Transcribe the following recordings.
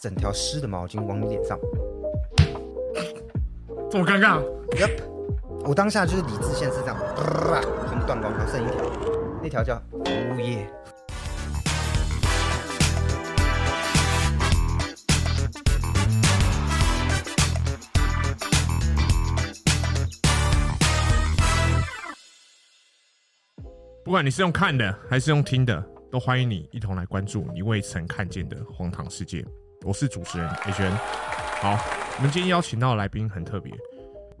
整条湿的毛巾往你脸上。这么尴尬， Yup，我当下就是理智线是这样，啪全部断光，还剩一条，那条叫服务业。不管你是用看的还是用听的，都欢迎你一同来关注你未曾看见的荒唐世界。我是主持人 H N。好，我们今天邀请到的来宾很特别，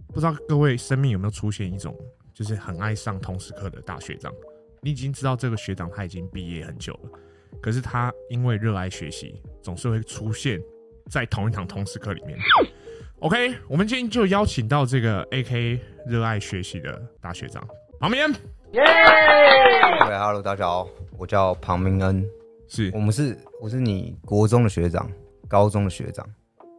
不知道各位生命有没有出现一种就是很爱上通识课的大学长？你已经知道这个学长他已经毕业很久了，可是他因为热爱学习，总是会出现在同一堂通识课里面。OK，我们今天就邀请到这个 AK 热爱学习的大学长旁边各位 Hello，大家好，我叫庞明恩，是我们是我是你国中的学长，高中的学长，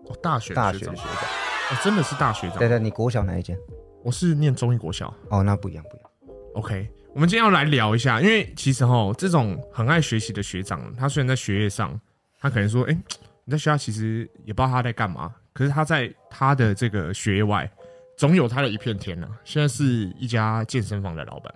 哦，大学大学学长的学长。哦，真的是大学长。对对，你国小哪一间？我是念中医国小。哦，那不一样，不一样。 OK，我们今天要来聊一下，因为其实哈，这种很爱学习的学长，他虽然在学业上，他可能说，哎、你在学校其实也不知道他在干嘛，可是他在他的这个学业外，总有他的一片天呐、啊现在是一家健身房的老板，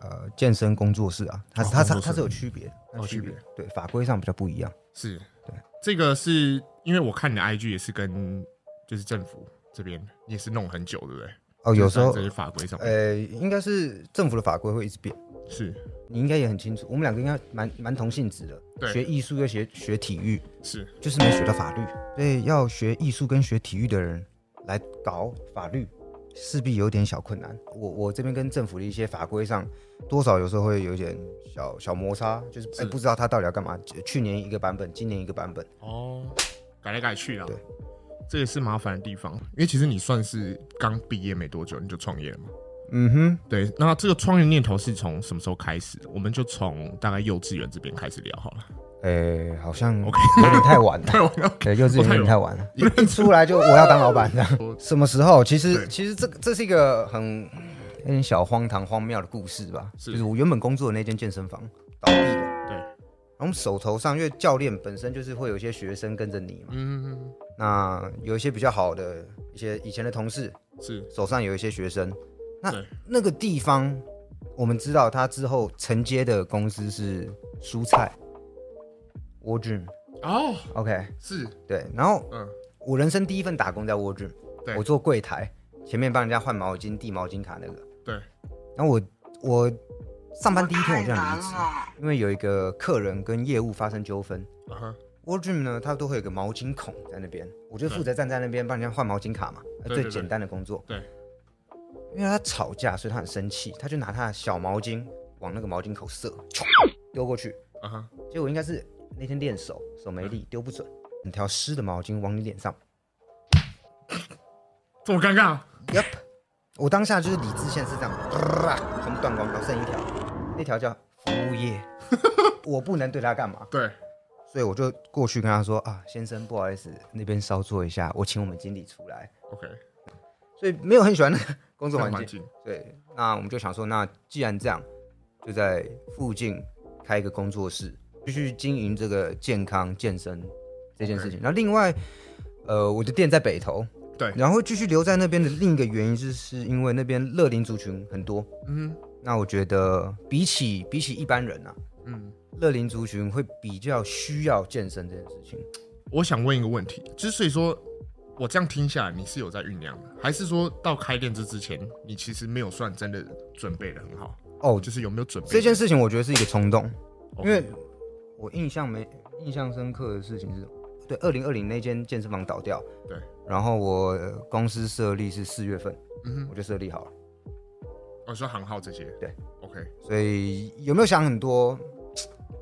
呃，健身工作室啊，它是哦它工作它室它是有区别的，它哦区区别别对法规上比较不一样。是对这个是因为我看你的 IG 也是跟就是政府这边你也是弄很久，对不对？哦，有时候这些法规上面、呃，应该是政府的法规会一直变，是你应该也很清楚。我们两个应该蛮蛮同性质对的，学艺术又学学体育，是就是没学到法律，所以要学艺术跟学体育的人来搞法律，势必有点小困难。我我这边跟政府的一些法规上，多少有时候会有一点小小摩擦，就是哎、是不知道他到底要干嘛。去年一个版本，今年一个版本，哦，改来改去啦。对，这也是麻烦的地方，因为其实你算是刚毕业没多久你就创业了嘛。嗯哼，对，那这个创业念头是从什么时候开始的？我们就从大概幼稚园这边开始聊好 了。哎、好像 OK 有点太晚了。对，我要对，幼稚园有点太晚了，哦太晚了一 出来就我要当老板的。 什么时候？其实对其实这个这是一个很有点小荒唐荒谬的故事吧。是就是我原本工作的那间健身房倒闭了。对，然后我们手头上，因为教练本身就是会有一些学生跟着你嘛，嗯，那有一些比较好的一些以前的同事是手上有一些学生，那对那个地方我们知道他之后承接的公司是蔬菜 w a r d r e a m 哦， OK 是对，然后嗯，我人生第一份打工在 w a r d r e a 对 m 我做柜台，前面帮人家换毛巾、递毛巾卡那个，对，然后我我上班第一天我就太想难离职，了，因为有一个客人跟业务发生纠纷。啊哈， Wardroom 呢，它都会有个毛巾孔在那边，我就负责站在那边帮人家换毛巾卡嘛，呃对对最对简单的工作。对，因为他吵架，所以他很生气，他就拿他的小毛巾往那个毛巾口射，咻丢过去。啊哈，结果应该是那天练手，手没嗯力，丢不准，整条湿的毛巾往你脸上。这么尴尬， Yup，我当下就是理智线是这样，啪全部断光，然后剩一条，那条叫服务业， 我不能对他干嘛。对，所以我就过去跟他说啊，先生，不好意思，那边稍坐一下，我请我们经理出来。 OK，所以没有很喜欢那个工这作个环境。环境对，那我们就想说，那既然这样，就在附近开一个工作室，继续经营这个健康健身这件事情。那另外，呃，我的店在北投，对然后继续留在那边的另一个原因，就是因为那边乐龄族群很多。嗯那我觉得比起比起一般人啊，嗯，乐龄族群会比较需要健身这件事情。我想问一个问题，之所以说我这样听下来，你是有在酝酿的，还是说到开店这之前，你其实没有算真的准备的很好？哦，就是有没有准备这件事情我觉得是一个冲动， OK 哦因为我印象没印象深刻的事情是，对，二零二零那间健身房倒掉，对，然后我呃公司设立是四月份，嗯我就设立好了，哼，哦我说行号这些，对，OK，所以有没有想很多？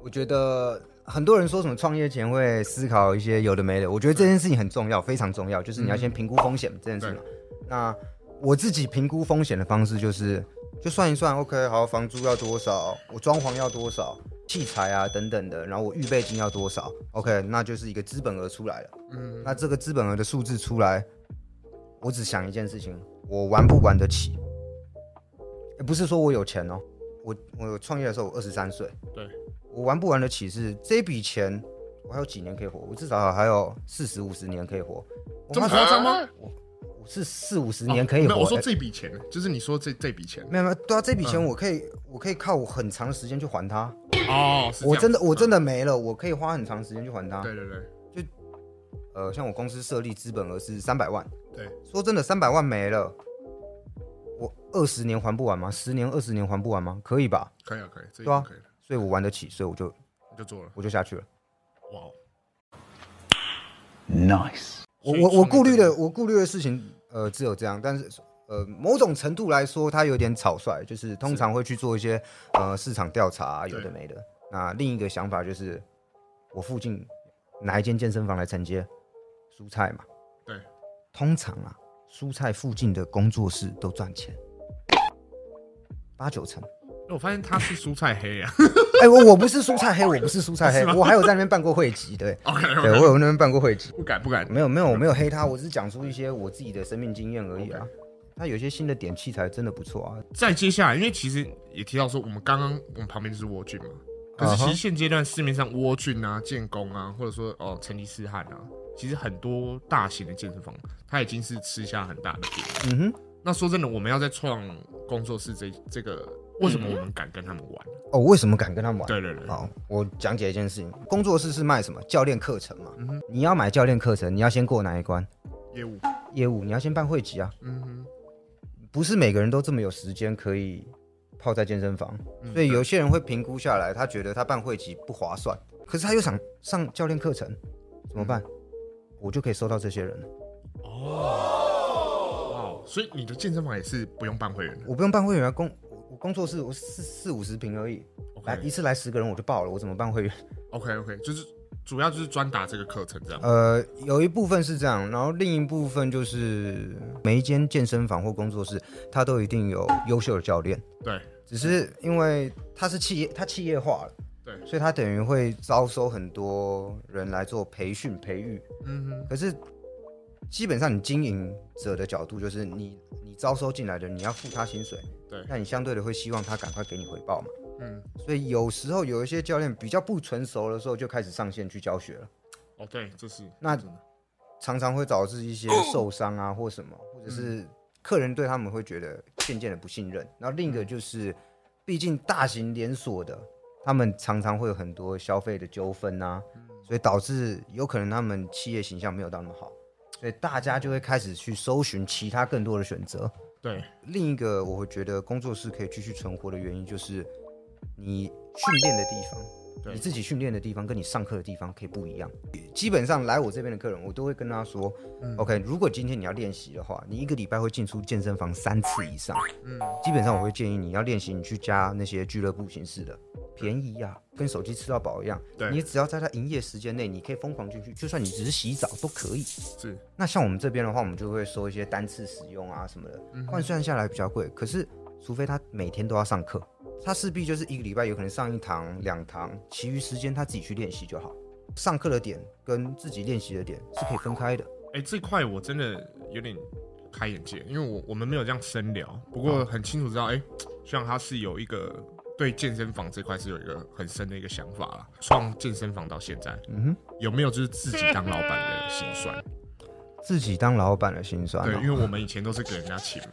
我觉得很多人说什么创业前会思考一些有的没的，我觉得这件事情很重要，非常重要，就是你要先评估风险这件事嘛。那我自己评估风险的方式就是，就算一算，OK，好，房租要多少，我装潢要多少，器材啊等等的，然后我预备金要多少，OK，那就是一个资本额出来了。嗯，那这个资本额的数字出来，我只想一件事情：我玩不玩得起？诶不是说我有钱哦，我我创业的时候我二十三岁，对，我玩不玩得起是这笔钱我还有几年可以活？我至少还有四十五十年可以活。我这么妈夸说张吗？哦我是四五十年可以没活、有，我说欸这笔钱，就是你说这这笔钱。没有没有，对啊，这笔嗯钱我可以，我可以靠我很长的时间去还它。哦，是这样我真的我真的，的没了，我可以花很长时间去还它。嗯对对对，呃，像我公司设立资本额是三百万，对，说真的，三百万没了，我二十年还不完吗？十年、二十年还不完吗？可以吧？可以啊，可以，这一对啊定可以的，所以我玩得起，所以我就你就做了。我就下去了。哇哦， Nice. 我所以我创我业顾虑真的我顾虑的事情，呃，只有这样，但是。呃，某种程度来说，它有点草率，就是通常会去做一些呃市场调查、啊，有的对没的。那另一个想法就是，我附近哪一间健身房来承接蔬菜嘛？对，通常啊，蔬菜附近的工作室都赚钱，八九成。哎我发现他是蔬菜黑啊， 哎、我我不是蔬菜黑，我不是蔬菜黑，我还有在那边办过会籍，对， OK 对我 OK，有那边办过会籍。不敢不敢，没有没有，我没有黑他，我只是讲出一些我自己的生命经验而已啊。他有些新的点器材真的不错啊，再接下来，因为其实也提到说，我们刚刚我们旁边就是蜗苣嘛，可是其啊哈实现阶段市面上蜗苣啊、建工啊，或者说哦成吉思汗啊，其实很多大型的健身房，它已经是吃下很大的饼。嗯哼，那说真的，我们要在创工作室这这个，为什么我们敢跟他们玩？哦，为什么敢跟他们玩？对对对，好，我讲解一件事情，工作室是卖什么？教练课程嘛。你要买教练课程，你要先过哪一关？业务，业务，你要先办会籍啊。嗯哼，不是每个人都这么有时间可以泡在健身房，嗯所以有些人会评估下来，他觉得他办会籍不划算，可是他又想上教练课程，怎么办？我就可以收到这些人了，哦，所以你的健身房也是不用办会员的我不用办会员啊，工我我工作室我四四五十平而已，来一次来十个人我就爆了，我怎么办会员？ ，OK OK，就是主要就是专打这个课程这样。呃，有一部分是这样，然后另一部分就是每一间健身房或工作室，它都一定有优秀的教练。对，只是因为它是企业，它企业化了，对所以它等于会招收很多人来做培训培育。嗯哼，可是基本上你经营者的角度就是你你招收进来的，你要付他薪水，对那你相对的会希望他赶快给你回报嘛。嗯，所以有时候有一些教练比较不成熟的时候，就开始上线去教学了。哦对，这是那真的常常会导致一些受伤啊，或什么，或者是客人对他们会觉得渐渐的不信任。然后另一个就是，毕竟大型连锁的，他们常常会有很多消费的纠纷啊，所以导致有可能他们企业形象没有到那么好，所以大家就会开始去搜寻其他更多的选择。对，另一个我会觉得工作室可以继续存活的原因就是，你训练的地方，对你自己训练的地方跟你上课的地方可以不一样。基本上来我这边的客人，我都会跟他说、o 嗯 k 如果今天你要练习的话，你一个礼拜会进出健身房三次以上。嗯，基本上我会建议你要练习，你去加那些俱乐部形式的，便宜呀、跟手机吃到饱一样。对你只要在它营业时间内，你可以疯狂进去，就算你只是洗澡都可以。是，那像我们这边的话，我们就会收一些单次使用啊什么的，嗯换算下来比较贵。可是，除非他每天都要上课，他势必就是一个礼拜有可能上一堂、两堂，其余时间他自己去练习就好。上课的点跟自己练习的点是可以分开的。哎、这块我真的有点开眼界，因为我我们没有这样深聊，不哦过很清楚知道，哎、虽然他是有一个对健身房这块是有一个很深的一个想法啦。创健身房到现在，嗯有没有就是自己当老板的心 酸？哼，自己当老板的心酸、对，因为哦。我们以前都是给人家请嘛，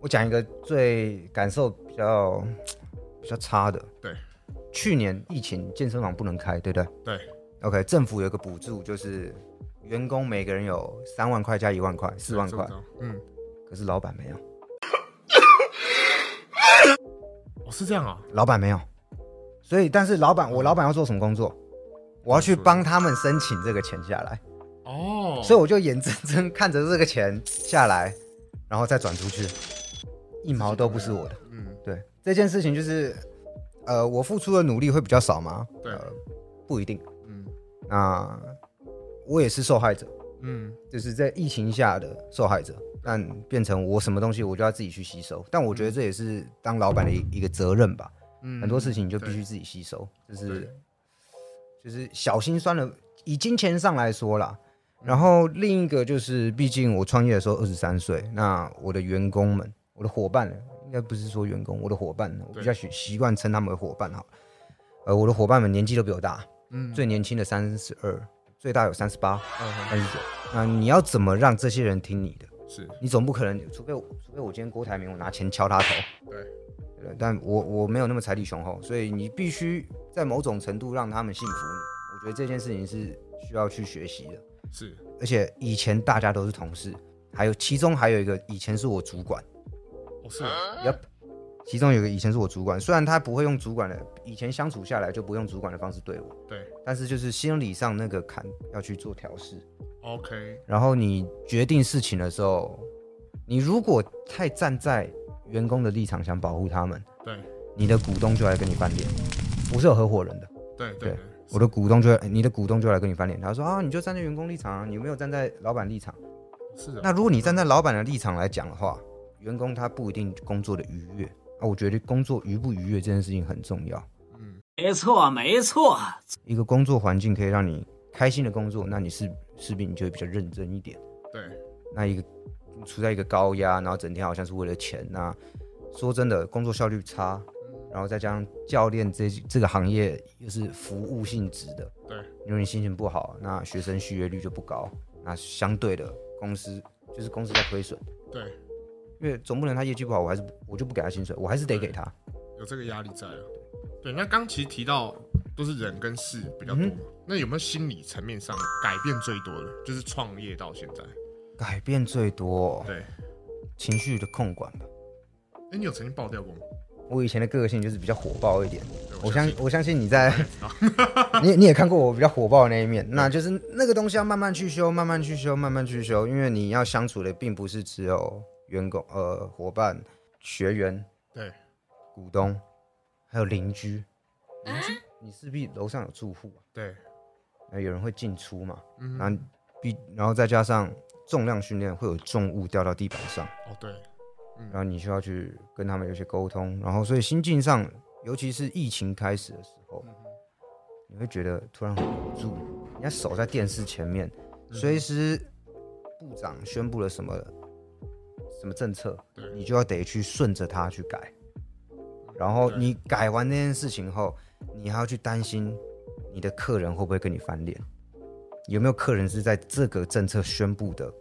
我讲一个最感受比较比较差的，对，去年疫情健身房不能开，对不对对， ？OK，政府有个补助，就是员工每个人有三万块加一万块， 四万这我块知。道，嗯，可是老板没有，哦，是这样啊，老板没有，所以但是老板，我老板要做什么工作？我要去帮他们申请这个钱下来，哦，所以我就眼睁睁看着这个钱下来，然后再转出去，一毛都不是我哦的。嗯，对这件事情就是，呃，我付出的努力会比较少吗？对呃，不一定。嗯那我也是受害者，嗯，就是在疫情下的受害者，但变成我什么东西我就要自己去吸收。但我觉得这也是当老板的一一个责任吧。嗯很多事情你就必对须自己吸收，就是对就是小心酸了。以金钱上来说啦，嗯然后另一个就是，毕竟我创业的时候二十三岁，那我的员工们，我的伙伴，应该不是说员工，我的伙伴，我比较习习惯称他们为伙伴好了。呃，我的伙伴们年纪都比我大，嗯最年轻的三十二，最大有三十八、嗯三十九。那你要怎么让这些人听你的？是你总不可能，除非我除非我今天郭台铭，我拿钱敲他头。对对，但我我没有那么财力雄厚，所以你必须在某种程度让他们信服你。我觉得这件事情是需要去学习的。是而且以前大家都是同事，还有其中还有一个以前是我主管，哦是哦啊 Yep，其中有一个以前是我主管，虽然他不会用主管的，以前相处下来就不用主管的方式对我，对但是就是心理上那个坎要去做调试。 OK 然后你决定事情的时候，你如果太站在员工的立场想保护他们，对你的股东就来跟你翻脸。我是有合伙人的，对对对我的股东就你的股东就来跟你翻脸，他说啊，你就站在员工立场啊，你没有站在老板立场。是啊的那如果你站在老板的立场来讲的话，员工他不一定工作的愉悦啊。我觉得工作愉不愉悦这件事情很重要。嗯没错，没错，一个工作环境可以让你开心的工作，那你是势必你就会比较认真一点。对那一个处在一个高压，然后整天好像是为了钱那说真的，工作效率差，然后再加上教练这这个行业又是服务性质的，对，如果你心情不好，那学生续约率就不高，那相对的公司就是公司在亏损。对因为总不能他业绩不好，我还是我就不给他薪水，我还是得给他。有这个压力在了。对，那刚其实提到都是人跟事比较多嗯嘛，那有没有心理层面上改变最多的？就是创业到现在，改变最多对。情绪的控管吧。哎、你有曾经爆掉过吗？我以前的个性就是比较火爆一点，对我相相信我相信 你在， 你你也看过我比较火爆的那一面，那就是那个东西要慢慢去修，慢慢去修，慢慢去修，因为你要相处的并不是只有员工、呃伙伴、学员、对股东，还有邻居，邻居你势必楼上有住户啊，对，那有人会进出嘛，嗯然后必然后再加上重量训练会有重物掉到地板上，哦对，然后你需要去跟他们有些沟通，然后所以心境上，尤其是疫情开始的时候，嗯你会觉得突然很无助，人家守在电视前面，嗯随时部长宣布了什么什么政策对，嗯你就要得去顺着他去改，然后对你改完那件事情后，你还要去担心你的客人会不会跟你翻脸，有没有客人是在这个政策宣布的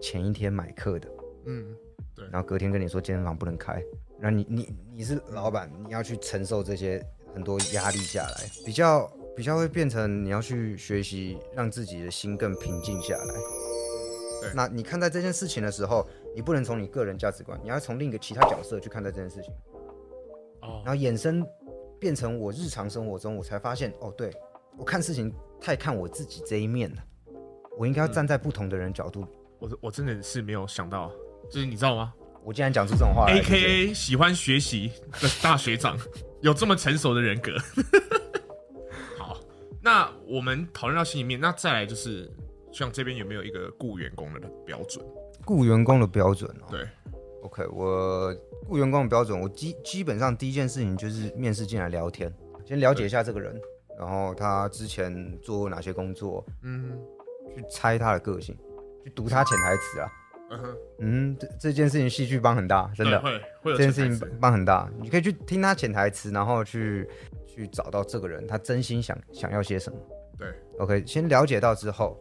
前一天买课的。嗯然后隔天跟你说健身房不能开，然后你你你是老板，你要去承受这些很多压力下来，比较比较会变成你要去学习让自己的心更平静下来对。那你看待这件事情的时候，你不能从你个人价值观，你要从另一个其他角色去看待这件事情，哦然后衍生变成我日常生活中，我才发现哦，对我看事情太看我自己这一面了，我应该要嗯站在不同的人角度。我我真的是没有想到啊哎就是你知道吗我竟然讲出这种话来，A 对不对 K A 喜欢学习的大学长有这么成熟的人 格。好，那我们讨论到心里面，那再来就是像这边有没有一个雇员工的标准？雇员工的标准哦。对，OK，我雇员工的标准，我基基本上第一件事情就是面试进来聊天，先了解一下这个人，然后他之前做过哪些工作，嗯去猜他的个性，去读他潜台词啊。嗯哼，嗯，这这件事情戏剧帮很大，真对的，会会有这件潜事台情词帮很大。你可以去听他潜台词，然后去去找到这个人他真心想想要些什么。对 OK，先了解到之后，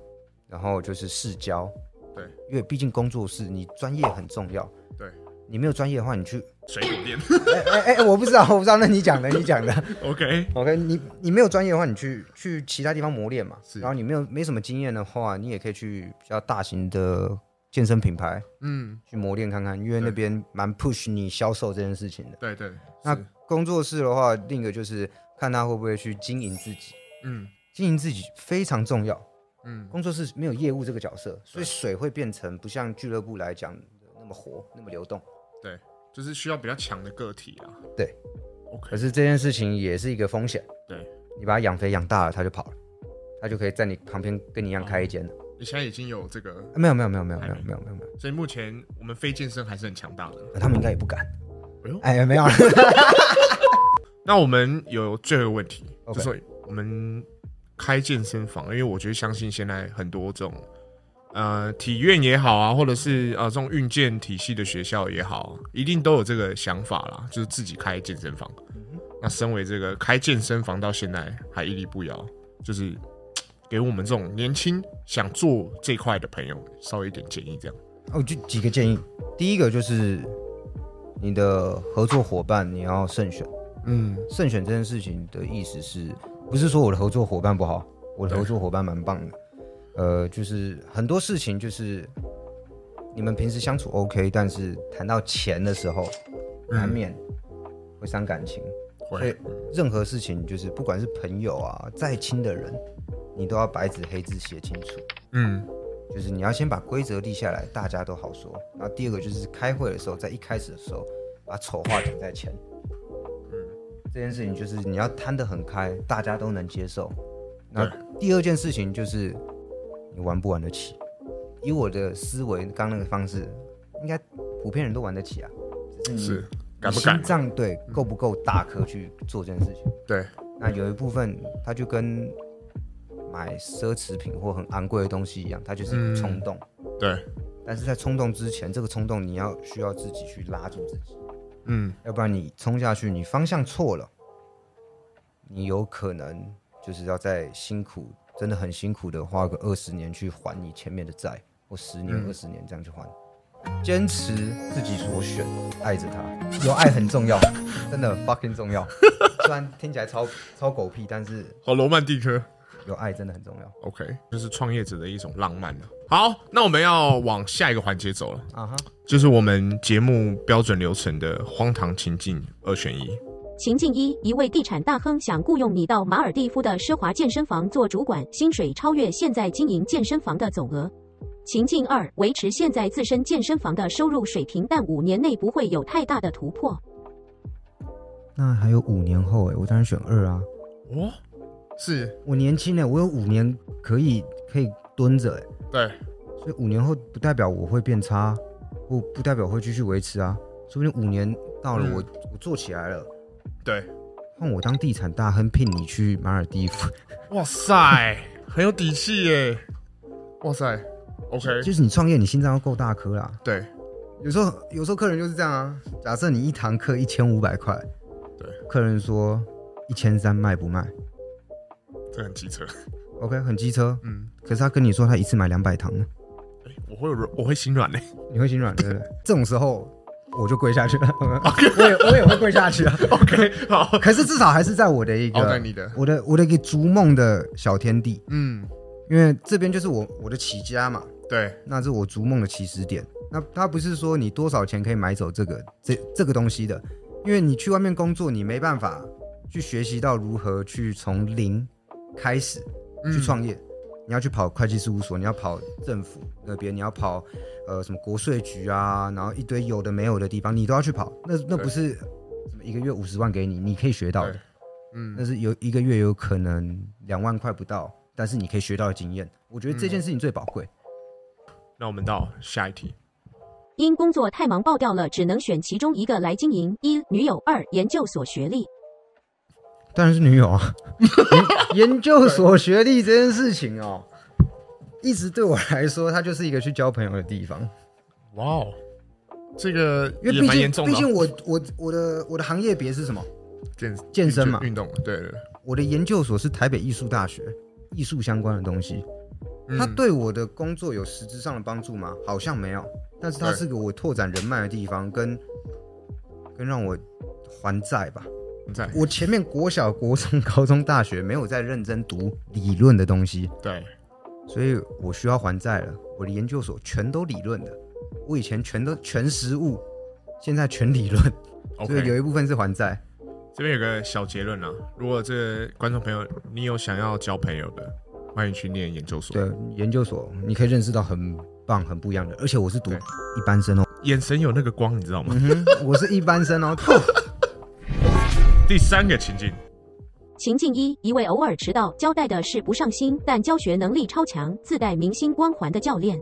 然后就是试交。对，因为毕竟工作室你专业很重要。对，你没有专业的话，你去， 水果店哎哎哎，我不知道，我不知道，那你讲的，你讲的。 ，OK， OK，你你没有专业的话，你去去其他地方磨练嘛。是然后你没有没什么经验的话，你也可以去比较大型的健身品牌嗯去磨练看看，因为那对边蛮 push 你销售这件事情的。对对那是工作室的话，另一个就是看他会不会去经营自己，嗯经营自己非常重要。嗯工作室没有业务这个角色，所以水会变成不像俱乐部来讲的那么活、那么流动。对，就是需要比较强的个体啊。对可，OK 是这件事情也是一个风险，对。你把它养肥养大了，它就跑了，它就可以在你旁边跟你一样开一间了。你现在已经有这个，啊没有没有没有没有没有没有没有没有，所以目前我们非健身还是很强大的。他们应该也不敢哎呦。哎，没有了。那我们有最后一个问题 OK 就说我们开健身房，因为我觉得相信现在很多这种呃体院也好啊，或者是呃这种运啊健体系的学校也好，一定都有这个想法啦，就是自己开健身房。那身为这个开健身房到现在还屹立不摇，就是嘖给我们这种年轻想做这块的朋友稍微一点建议，这样。哦，就几个建议。第一个就是你的合作伙伴你要慎选，嗯，慎选这件事情的意思是不是说我的合作伙伴不好？我的合作伙伴蛮棒的。呃，就是很多事情就是你们平时相处 OK，但是谈到钱的时候，难免会伤感情。所以会，任何事情就是不管是朋友啊，再亲的人，你都要白纸黑字写清楚。嗯，就是你要先把规则立下来，大家都好说。然后第二个就是开会的时候，在一开始的时候，把丑话讲在前。嗯这件事情就是你要摊得很开，大家都能接受。那第二件事情就是你玩不玩得起。以我的思维，刚那个方式，应该普遍人都玩得起啊。只是是你敢不你敢啊嗯心？脏对够不够大颗去做这件事情？对，那有一部分它就跟买奢侈品或很昂贵的东西一样，它嗯就是冲动。对，但是在冲动之前，这个冲动你要需要自己去拉住自己，嗯，要不然你冲下去，你方向错了，你有可能就是要在辛苦，真的很辛苦的花个二十年去还你前面的债，或十年、二十年这样去还。坚持自己所选，爱着他，有爱很重要，真的 fucking 重要。 虽然听起来超超狗屁，但是好罗曼蒂克。有爱真的很重要 OK，就是创业者的一种浪漫了、好，那我们要往下一个环节走了，啊哈。就是我们节目标准流程的荒唐情境二选一。情境一：一位地产大亨想雇佣你到马尔蒂夫的奢华健身房做主管，薪水超越现在经营健身房的总额。情境二：维持现在自身健身房的收入水平，但五年内不会有太大的突破。那还有五年后哎、我当然选二啊。哦，是我年轻呢，我有五年可以可以蹲着哎，对，所以五年后不代表我会变差，啊不不代表我会继续维持啊，说不定五年到了嗯我、我做起来了，对，换我当地产大亨聘你去马尔蒂 夫，哇塞，很有底气耶！哇塞，OK，就是你创业你心脏要够大颗啦。对，有时候有时候客人就是这样啊，假设你一堂课一千五百块，对，客人说一千三卖不卖这很机车。 ？OK，很机车，嗯，可是他跟你说他一次买两百堂呢，诶哎我会软我会心软嘞。你会心软 对不对？这种时候我就跪下去了，我也我也会跪下去啊。 OK，好， 可是至少还是在我的一好在个你的，我的我的一个逐梦的小天地，嗯，因为这边就是我我的起家嘛，对，那是我逐梦的起始点。那它不是说你多少钱可以买走这个这这个东西的，因为你去外面工作，你没办法去学习到如何去从零开始嗯去创业。你要去跑会计事务所，你要跑政府那边，你要跑呃什么国税局啊，然后一堆有的没有的地方，你都要去跑。那那对不是什么一个月五十万给你，你可以学到的对。嗯但是有一个月有可能两万块不到，但是你可以学到的经验，我觉得这件嗯事情最宝贵。那我们到下一题。因工作太忙爆掉了，只能选其中一个来经营：一、女友；二、研究所学历。当然是女友啊， 研研究所学历这件事情哦，一直对我来说，它就是一个去交朋友的地方，哇哦，这个因为也毕蛮严竟重的毕哦，竟我我我的我的行业别是什么？健健身嘛运动，对对，对我的研究所是台北艺术大学，艺术相关的东西，它嗯对我的工作有实质上的帮助吗？好像没有，但是它对是给我拓展人脉的地方，跟跟让我还债吧。在我前面国小、国中、高中、大学没有在认真读理论的东西，对，所以我需要还债了。我的研究所全都理论的，我以前全都全实物，现在全理论，所以 OK，有一部分是还债。这边有个小结论啊，如果这个观众朋友你有想要交朋友的，欢迎去念研究所。对，研究所你可以认识到很棒、很不一样的，而且我是读对一般生哦，眼神有那个光，你知道吗？嗯哼， 我是一般生 哦。第三个情境，情境一：一位偶尔迟到、交代的事不上心，但教学能力超强、自带明星光环的教练；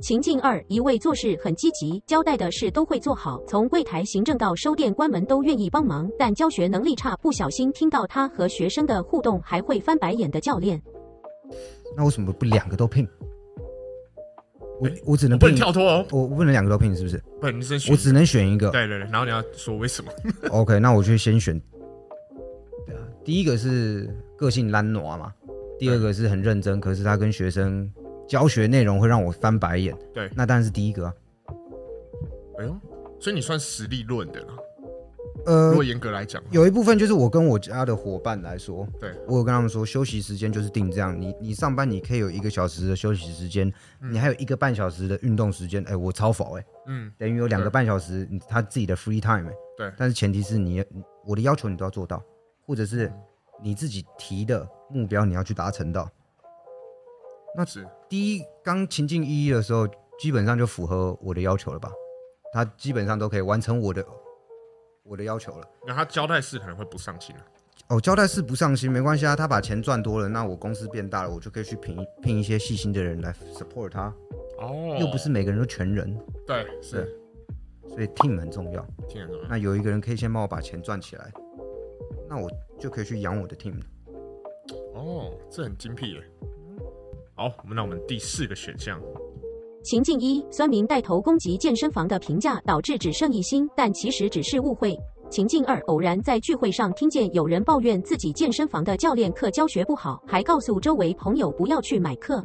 情境二：一位做事很积极、交代的事都会做好，从柜台行政到收店关门都愿意帮忙，但教学能力差，不小心听到他和学生的互动还会翻白眼的教练。那为什么不两个都聘？我我只能哎不能聘跳脱哦，我不能两个都聘，是不是？不能你只能选我只能选一个。对对对，然后你要说为什么？ OK，那我就先选啊第一个是个性懒惰嘛，第二个是很认真，可是他跟学生教学内容会让我翻白眼。对那当然是第一个啊。哎呦，所以你算实力论的了。如呃果，严格来讲，啊有一部分就是我跟我家的伙伴来说，对我有跟他们说，休息时间就是定这样，你你上班你可以有一个小时的休息时间，你还有一个半小时的运动时间，哎、我超否哎、嗯，等于有两个半小时你他自己的 free time 哎、对但是前提是你我的要求你都要做到，或者嗯是你自己提的目标你要去达成到。是第一刚情境一一的时候，基本上就符合我的要求了吧？他基本上都可以完成我的我的要求了。那他交代式可能会不上心啊。哦，交代是不上心没关系啊，他把钱赚多了，那我公司变大了，我就可以去聘一聘一些细心的人来 support 他，哦又不是每个人都全人，对，是所以 team 很重要。听得懂啊吗？那有一个人可以先帮我把钱赚起来，那我就可以去养我的 team。哦，这很精辟耶。好，那我们第四个选项，情境一，酸民带头攻击健身房的评价，导致只剩一星，但其实只是误会。情境二，偶然在聚会上听见有人抱怨自己健身房的教练课教学不好，还告诉周围朋友不要去买课。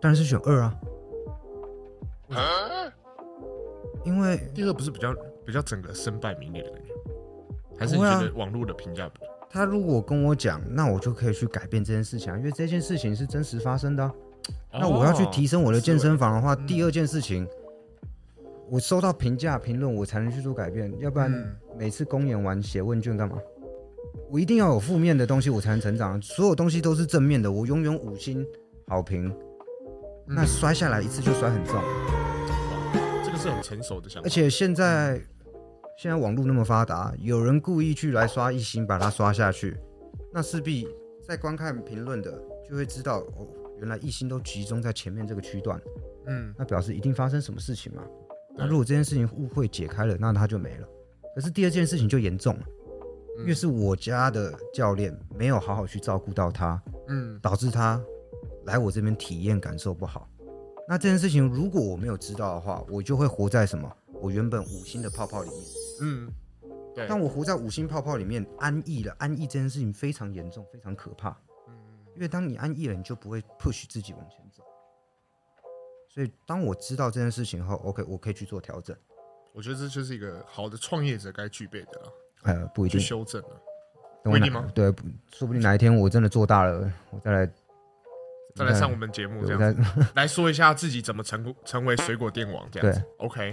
当然是选二啊，因为第二不是比较比较整个身败名裂的感觉，还是不你会啊觉得网络的评价比他如果跟我讲，那我就可以去改变这件事情啊，因为这件事情是真实发生的啊、哦那我要去提升我的健身房的话，第二件事情，我收到评价评论，我才能去做改变，要不然嗯每次公演完写问卷干嘛？我一定要有负面的东西，我才能成长。所有东西都是正面的，我永远五星好评，那摔下来一次就摔很重。这个是很成熟的想法，而且现在现在网络那么发达，有人故意去来刷一星，把它刷下去，那势必在观看评论的就会知道哦，原来一星都集中在前面这个区段，嗯，那表示一定发生什么事情嘛。对那如果这件事情误会解开了，那它就没了。可是第二件事情就严重了，因为是我家的教练没有好好去照顾到他，嗯导致他来我这边体验感受不好。那这件事情如果我没有知道的话，我就会活在什么我原本五星的泡泡里面。嗯，对，当我活在五星泡泡里面安逸了，安逸这件事情非常严重，非常可怕。嗯因为当你安逸了，你就不会 push 自己往前走。所以当我知道这件事情后，OK，我可以去做调整。我觉得这就是一个好的创业者该具备的了，呃，不一去定，修正啊了，等我不一哪定吗对，不说不定哪一天我真的做大了，我再来，再来上我们节目对这我样再子，来说一下自己怎么成成为水果店王这样子 ，OK，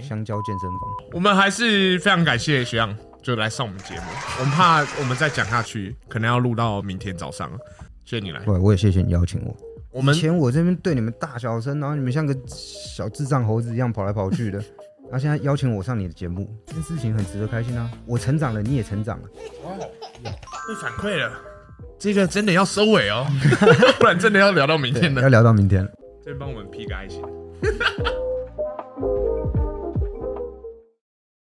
香蕉健身房。我们还是非常感谢学长就来上我们节目，我们怕我们再讲下去可能要录到明天早上了，谢谢你来，对，我也谢谢你邀请我。我们以前我这边对你们大小声，然后你们像个小智障猴子一样跑来跑去的，然后现在邀请我上你的节目，这件事情很值得开心啊！我成长了，你也成长了。被反馈了，这个真的要收尾 哦，不然真的要聊到明天要了。聊到明天了。再帮我们 P 个爱心。